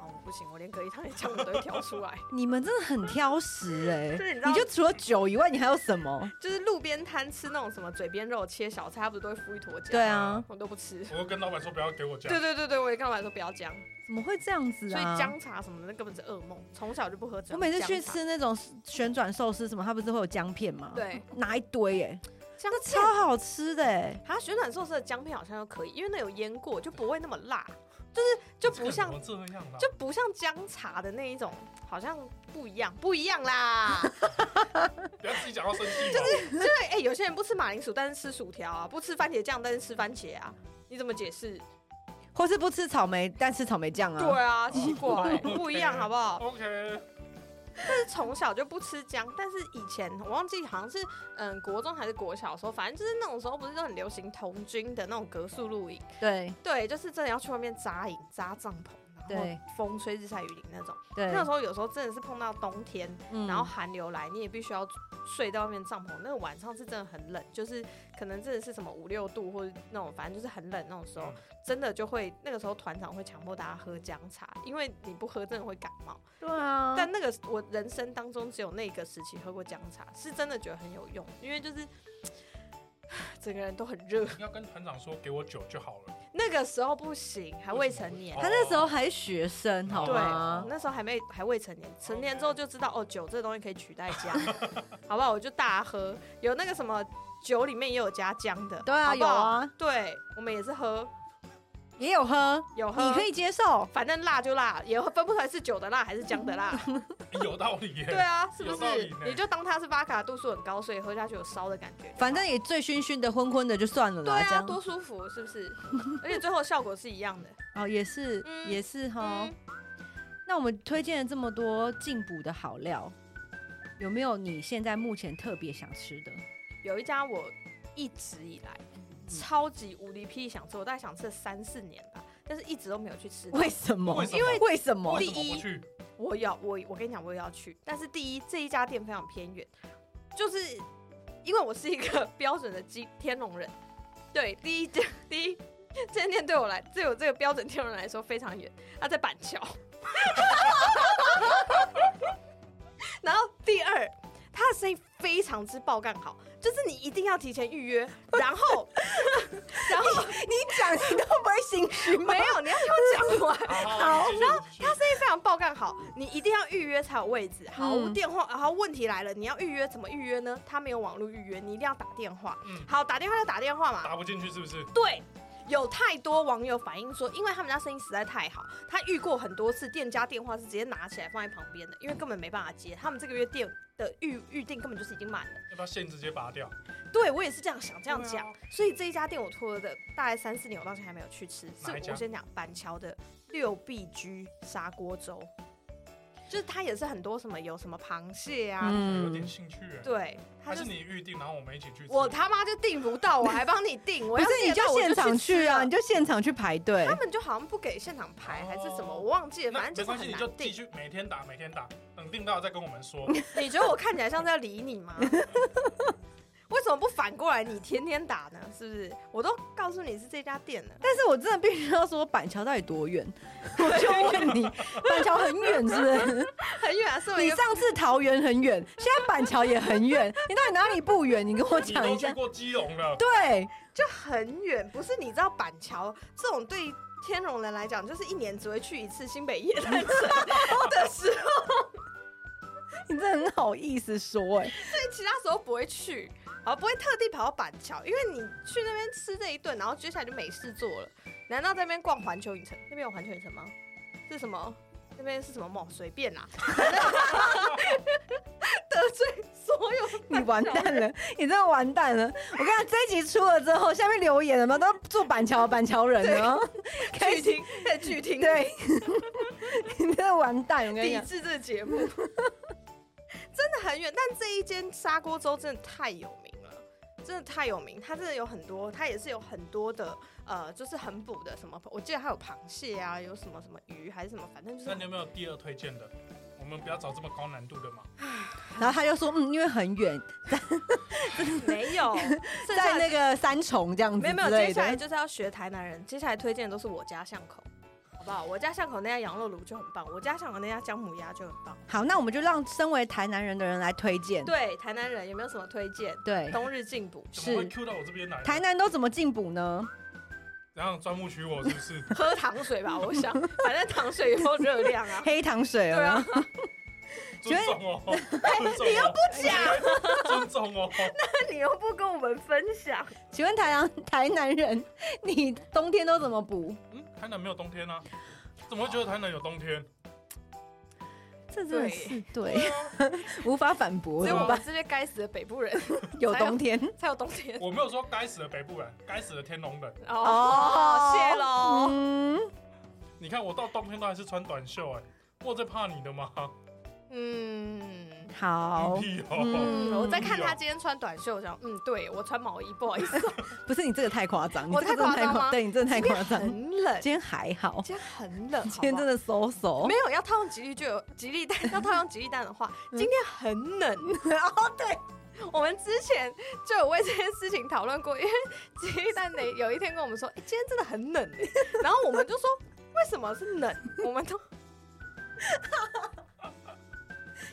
S3: 哦，我不行，我连蛤蜊汤里的姜我都会挑出来。
S2: 你们真的很挑食哎、
S3: 就是你知道
S2: 你就除了酒以外，你还有什么？
S3: 就是路边摊吃那种什么嘴边肉切小菜，他不是都会敷一坨姜？
S2: 对啊，
S3: 我都不吃。
S4: 我会跟老板说不要给我姜
S3: 对。对对对，我也跟老板说不要姜，
S2: 怎么会这样子
S3: 所以
S2: 啊？
S3: 姜茶什么的那根本是噩梦，从小就不喝姜。
S2: 我每次去
S3: 姜茶，
S2: 吃那种旋转寿司什么，它不是会有姜片吗？，
S3: 对，
S2: 拿一堆哎、
S3: 姜
S2: 超好吃的哎、
S3: 它旋转寿司的姜片好像都可以，因为那有腌过，就不会那么辣，就是就不像
S4: 这个怎么这样啊啦，
S3: 就不像姜茶的那一种，好像不一样，不一 样啦。
S4: 不要自己讲到生气嘛。
S3: 对，哎、有些人不吃马铃薯，但是吃薯条啊；不吃番茄酱，但是吃番茄啊。你怎么解释？
S2: 或是不吃草莓，但吃草莓酱啊。
S3: 对 啊，奇怪、不一样，好不好？
S4: OK，
S3: 但是从小就不吃姜，但是以前我忘记好像是嗯国中还是国小的时候，反正就是那种时候不是都很流行童军的那种格宿露营。
S2: 对
S3: 对，就是真的要去外面扎营、扎帐篷，然
S2: 对
S3: 后风吹日晒雨淋那种。
S2: 对，
S3: 那时候有时候真的是碰到冬天，
S2: 嗯
S3: 然后寒流来，你也必须要睡在外面帐篷。那个晚上是真的很冷，就是可能真的是什么五六度或者那种，反正就是很冷那种时候
S4: 嗯，
S3: 真的就会那个时候团长会强迫大家喝姜茶，因为你不喝真的会感冒。
S2: 对啊，
S3: 但那个我人生当中只有那个时期喝过姜茶，是真的觉得很有用，因为就是整个人都很热。
S4: 你要跟团长说给我酒就好 了。
S3: 那个时候不行，还未成年
S4: 为
S2: 他
S4: 什。
S2: 那时候还学生，好
S3: 对
S2: 吗？，
S3: 那时候还没还未成年，成年之后就知道哦，酒这东西可以取代姜， 好不好？我就大喝，有那个什么酒里面也有加姜的，
S2: 对啊，
S3: 好不
S2: 有
S3: 好，
S2: 啊，
S3: 对，我们也是喝，
S2: 也有喝，
S3: 有喝，
S2: 你可以接受。
S3: 反正辣就辣，也分不出来是酒的辣还是姜 的辣，
S4: 有道理耶。
S3: 对啊，是不
S4: 有道
S3: 是
S4: 理呢？
S3: 你就当它是巴卡度数很高，所以喝下去有烧的感觉就好，
S2: 反正也醉醺醺的、昏昏的就算了
S3: 对
S2: 啦，这
S3: 啊，
S2: 样
S3: 多舒服，是不是？而且最后效果是一 样的，
S2: 哦，也是
S3: 嗯
S2: 也是哈
S3: 嗯。，
S2: 那我们推荐了这么多进补的好料，有没有你现在目前特别想吃的？
S3: 有一家我一直以来
S2: 嗯
S3: 超级无敌屁想吃，我大概想吃了三四年吧，但是一直都没有去吃。
S2: 为什么？
S4: 为什么
S2: 因为为什么
S4: 为？什么不去？
S3: 我要我我跟你讲，我也要去。但是第一，这一家店非常偏远，就是因为我是一个 标准的基天龙人，对，第一家第一这间店对我来，对我这个标准天龙人来说非常远，它在板桥。 然后第二，他的生意非常之爆干好，就是你一定要提前预约，然后然 后
S2: 你讲你都不会 心虚吗
S3: 没？有，你要听我讲完。
S4: 好，然后
S3: 他生意非常爆干好，你一定要预约才有位置。好，
S2: 嗯
S3: 电话，然后问题来了，你要预约怎么预约呢？他没有网络预约，你一定要打电话。
S4: 嗯，
S3: 好，打电话就打电话嘛。
S4: 打不进去是不是？
S3: 对，有太多网友反映说，因为他们家生意实在太好，他遇过很多次店家电话是直接拿起来放在旁边的，因为根本没办法接。他们这个月店的预预定根本就是已经满了。
S4: 要不要线直接拔掉？
S3: 对我也是这样想，这样
S4: 对啊
S3: 讲。所以这一家店我拖了的大概三四年，我到现在还没有去吃。是
S4: 哪一家
S3: 我先讲板桥的六必居砂锅粥，就是它也是很多什么有什么螃蟹啊，
S4: 有
S2: 嗯
S4: 点，兴趣哎。
S3: 对，它
S4: 还
S3: 就是
S4: 你预定，然后我们一起去吃。
S3: 我他妈就订不到，我还帮你订，我
S2: 不
S3: 要
S2: 是你
S3: 订得到
S2: 就
S3: 我
S2: 现场
S3: 去
S2: 去
S3: 吃
S2: 啊，
S3: 了
S2: 你就现场去排队
S3: 他。们就好像不给现场排还是什么，
S4: 哦
S3: 我忘记了，
S4: 那
S3: 反正就
S4: 没
S3: 是
S4: 关系，
S3: 很
S4: 你就
S3: 难
S4: 继
S3: 订。
S4: 续每天打，每天打，等订到再跟我 们说。
S3: 你觉得我看起来像在理你吗？ 为什么不反过来你天天打呢？是不是？我都告诉你是这家店了。
S2: 但是我真的必须要说，板桥到底多远？我就问 你，板桥很远是不是？
S3: 很远啊，是我一
S2: 你
S3: 个
S2: 上次桃园很远，现在板桥也很远，你到底哪里不远？你跟我
S4: 你
S2: 讲
S4: 都
S2: 一
S4: 去
S2: 下。
S4: 过基隆了，
S2: 对，
S3: 就很远，不是？你知道板桥这种对天龙人来讲，就是一年只会去一次新北夜诞城的时候，
S2: 你真的很好意思说哎、
S3: 对其他时候不会去，好不会特地跑到板桥，因为你去那边吃这一顿，然后接下来就没事做了。难道在那边逛环球影城？那边有环球影城吗？是什么？那边是什么梦？随便啊 啦， 得罪所有
S2: 你完蛋了，你真的完蛋了！我跟你讲，这一集出了之后，下面留言了吗？都住板桥的板桥人哦， 开
S3: 剧
S2: 始
S3: 听，在剧听，
S2: 对， 你真的完蛋！我跟你
S3: 抵
S2: 讲，
S3: 制这个节 目，真的很远。但这一间砂锅粥真的太有名了，真的太有名。它真的有很多，它也是有很多的呃，就是很补的什么，我记得还有螃蟹啊，有什么什么鱼还是什么，反正就
S4: 那你有
S3: 是
S4: 没有第二推荐的？我们不要找这么高难度的嘛。
S2: 然后他就说，嗯，因为很远，
S3: 没 有剩下
S2: 在
S3: 的
S2: 那个三重这样子
S3: 没有没有，
S2: 之类
S3: 接下来
S2: 的
S3: 就是要学台南人，接下来推荐的都是我家巷口。好不好？我家巷口那家羊肉炉就很棒，我家巷口那家姜母鸭就很棒。
S2: 好，那我们就让身为台南人的人来推荐。
S3: 对，台南人有没有什么推荐？
S2: 对，
S3: 冬日进补，
S4: 怎么会
S2: 是
S4: Q 到我这边来？
S2: 台南都怎么进补呢？
S4: 然后钻木取火是 不是？
S3: 喝糖水吧，我想，反正糖水有热量啊。
S2: 黑糖水
S3: 对
S2: 有没有
S3: 啊，
S4: 尊重哦， 尊重哦，
S3: 你又不
S4: 讲，尊重哦。
S3: 那你又不跟我们分享，
S2: 请问台南台南人，你冬天都怎么补？
S4: 嗯，台南没有冬天啊？怎么会觉得台南有冬天？
S2: 这真
S3: 真
S2: 的
S3: 的
S2: 是
S3: 是啊
S2: 对， 无法反驳，
S3: 所以
S2: 怎
S3: 我
S2: 么
S3: 们
S2: 办？
S3: 这些该死的北部人
S2: 有冬天，
S3: 才有冬天
S4: 我没有说该死的北部人，该死的天龙人。
S2: 哦
S3: 哦，谢喽。
S2: 嗯，
S4: 你看我到冬天都还是穿短袖哎、我在怕你的吗？
S3: 嗯。
S2: 好，
S4: 屁哦！
S2: 嗯
S3: 嗯，我在看他今天穿短袖，我想，嗯，对我穿毛衣，不好意思，
S2: 不是你这个太夸张，你
S3: 我
S2: 这个真的 太
S3: 太夸张
S2: 夸，
S3: 吗
S2: 对你真的太夸张。
S3: 很冷，
S2: 今天还好，
S3: 今天很冷，
S2: 今天真
S3: 的
S2: 的收手
S3: 没。有要套用吉利就有吉利蛋，要套用吉利蛋的话，
S2: 嗯
S3: 今天很冷。 哦，对，我们之前就有为这件事情讨论过，因为吉利蛋呢有一天跟我们说，哎、今天真的很冷 欸，然后我们就说。为什么是冷？我们都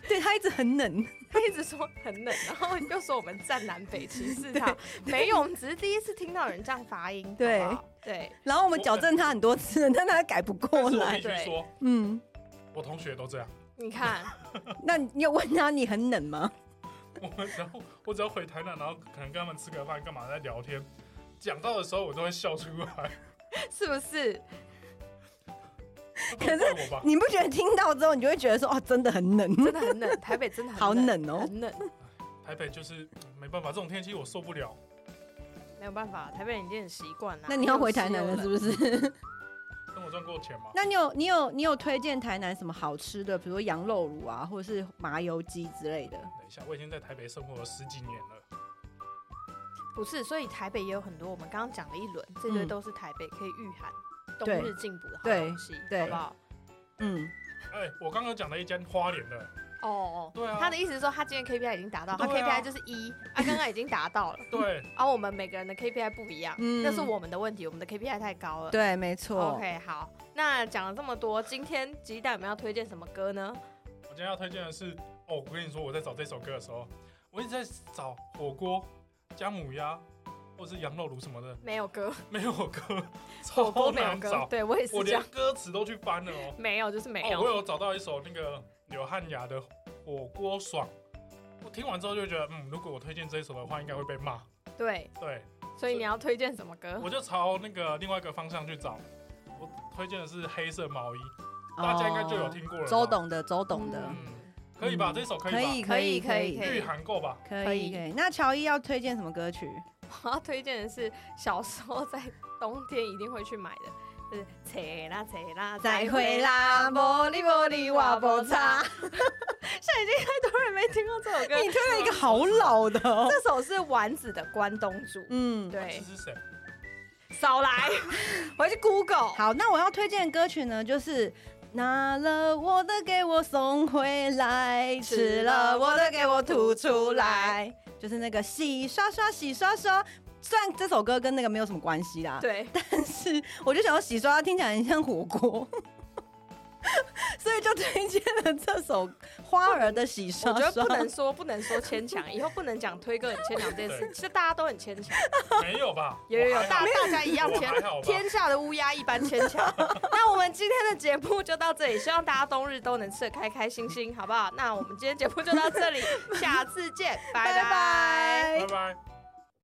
S2: 对他一直很冷，
S3: 他一直说很冷，然后又说我们站南北歧视 他，没有，我们只是第一次听到有人这样发音，
S2: 对
S3: 好不好对，
S2: 然后我们矫正他很多次，但他改不
S4: 但
S2: 过
S4: 是我
S2: 来
S4: 必。须说，
S2: 嗯，
S4: 我同学都这样。
S3: 你看，
S2: 那你有问他你很冷吗？
S4: 我们只要我只要回台南，然后可能跟他们吃个饭，干嘛在聊天，讲到的时候我都会笑出来。
S3: 是不是？
S4: 这不怪我吧？
S2: 你不觉得听到之后，你就会觉得说，哦，真的很冷。
S3: 真的很冷，台北真的很
S2: 好冷哦
S3: 很冷，
S4: 台北就是嗯没办法，这种天气我受不了。
S3: 没有办法，台北人已经很习惯了。
S2: 那你要回台南了是不
S3: 是？
S2: 是？
S4: 跟我赚过钱吗？
S2: 那你有你有你有推荐台南什么好吃的，比如说羊肉乳啊，或者是麻油鸡之类的？
S4: 等一下，我已经在台北生活了十几年了。
S3: 不是，所以台北也有很多我们刚刚讲的一轮，这些
S2: 嗯
S3: 都是台北可以御寒冬
S2: 对
S3: 日进补的好
S2: 对
S3: 东西，
S2: 对
S3: 好不好？
S2: 嗯，
S4: 哎，我刚刚讲了一间花莲的，
S3: 哦哦，
S4: 对啊
S3: 他的意思是说他今天 KPI 已经达到，他
S4: 对啊
S3: KPI 就是一，他刚刚已经达到了，
S4: 对，
S3: 而我们每个人的 KPI 不一样，
S2: 嗯
S3: 那是我们的问题，我们的 KPI 太高了。
S2: 对，没错。
S3: OK，好，那讲了这么多，今天鸡蛋我们要推荐什么歌呢？
S4: 我今天要推荐的是，哦，我跟你说，我在找这首歌的时候，我一直在找火锅、姜母鸭或是羊肉炉什么的，
S3: 没有歌，
S4: 没有歌，
S3: 火锅
S4: 超
S3: 没有
S4: 难
S3: 歌，
S4: 找，
S3: 对我也是
S4: 我
S3: 这
S4: 连
S3: 样，
S4: 歌词都去翻了哦。
S3: 没有就是没
S4: 哦，我
S3: 有。
S4: 有找到一首那个刘汉雅的《火锅爽》，我听完之后就觉得，嗯，如果我推荐这一首的话，应该会被骂。
S3: 对，
S4: 对，
S3: 所以你要推荐什么歌？
S4: 我就朝那个另外一个方向去找。我推荐的是《黑色毛衣》，大家应该就有听过了
S2: 哦
S4: 吧。
S2: 周董的，周董的，
S3: 嗯
S4: 嗯，可以吧？
S2: 嗯
S4: 这首可以吧
S2: 可？以，
S3: 可以
S2: 以，
S3: 可
S2: 可
S3: 以
S2: 以，
S3: 可
S4: 御寒够吧？
S2: 可以，可以。那乔伊要推荐什么歌曲？
S3: 我要推荐的是小时候在冬天一定会去买的，就是“切啦切啦
S2: 啦，玻璃玻璃
S3: 哇不差。”。 现在已经太多人没听过这首歌，
S2: 你推了一个好老的哦。
S3: 这首是丸子的《关东煮》。
S2: 嗯，
S4: 这
S3: 对，
S4: 是谁？
S3: 少来，我要去 Google。
S2: 好，那我要推荐的歌曲呢，就是。拿了我的给我送回来，吃了我的给我吐出来，就是那个洗刷刷洗刷刷。虽然这首歌跟那个没有什么关系啦，
S3: 对，
S2: 但是我就想要洗刷，听起来很像火锅， 所以就推荐了这首花儿的洗刷
S3: 我觉得
S2: 刷
S3: 不。能说不能说牵强，以后不能讲推哥很牵强这件事，其实大家都很牵强，
S4: 没有吧？
S3: 有有有，
S4: 我还
S3: 大
S4: 好
S3: 大家一样
S4: 我
S3: 牵
S4: 还好，吧
S3: 天下的乌鸦一般牵 强。那我们今天的节目就到这里，希望大家冬日都能吃的开开心 心，好不好？那我们今天节目就到这里，下次见，拜
S2: 拜
S3: 拜。
S2: 拜
S4: 拜。拜。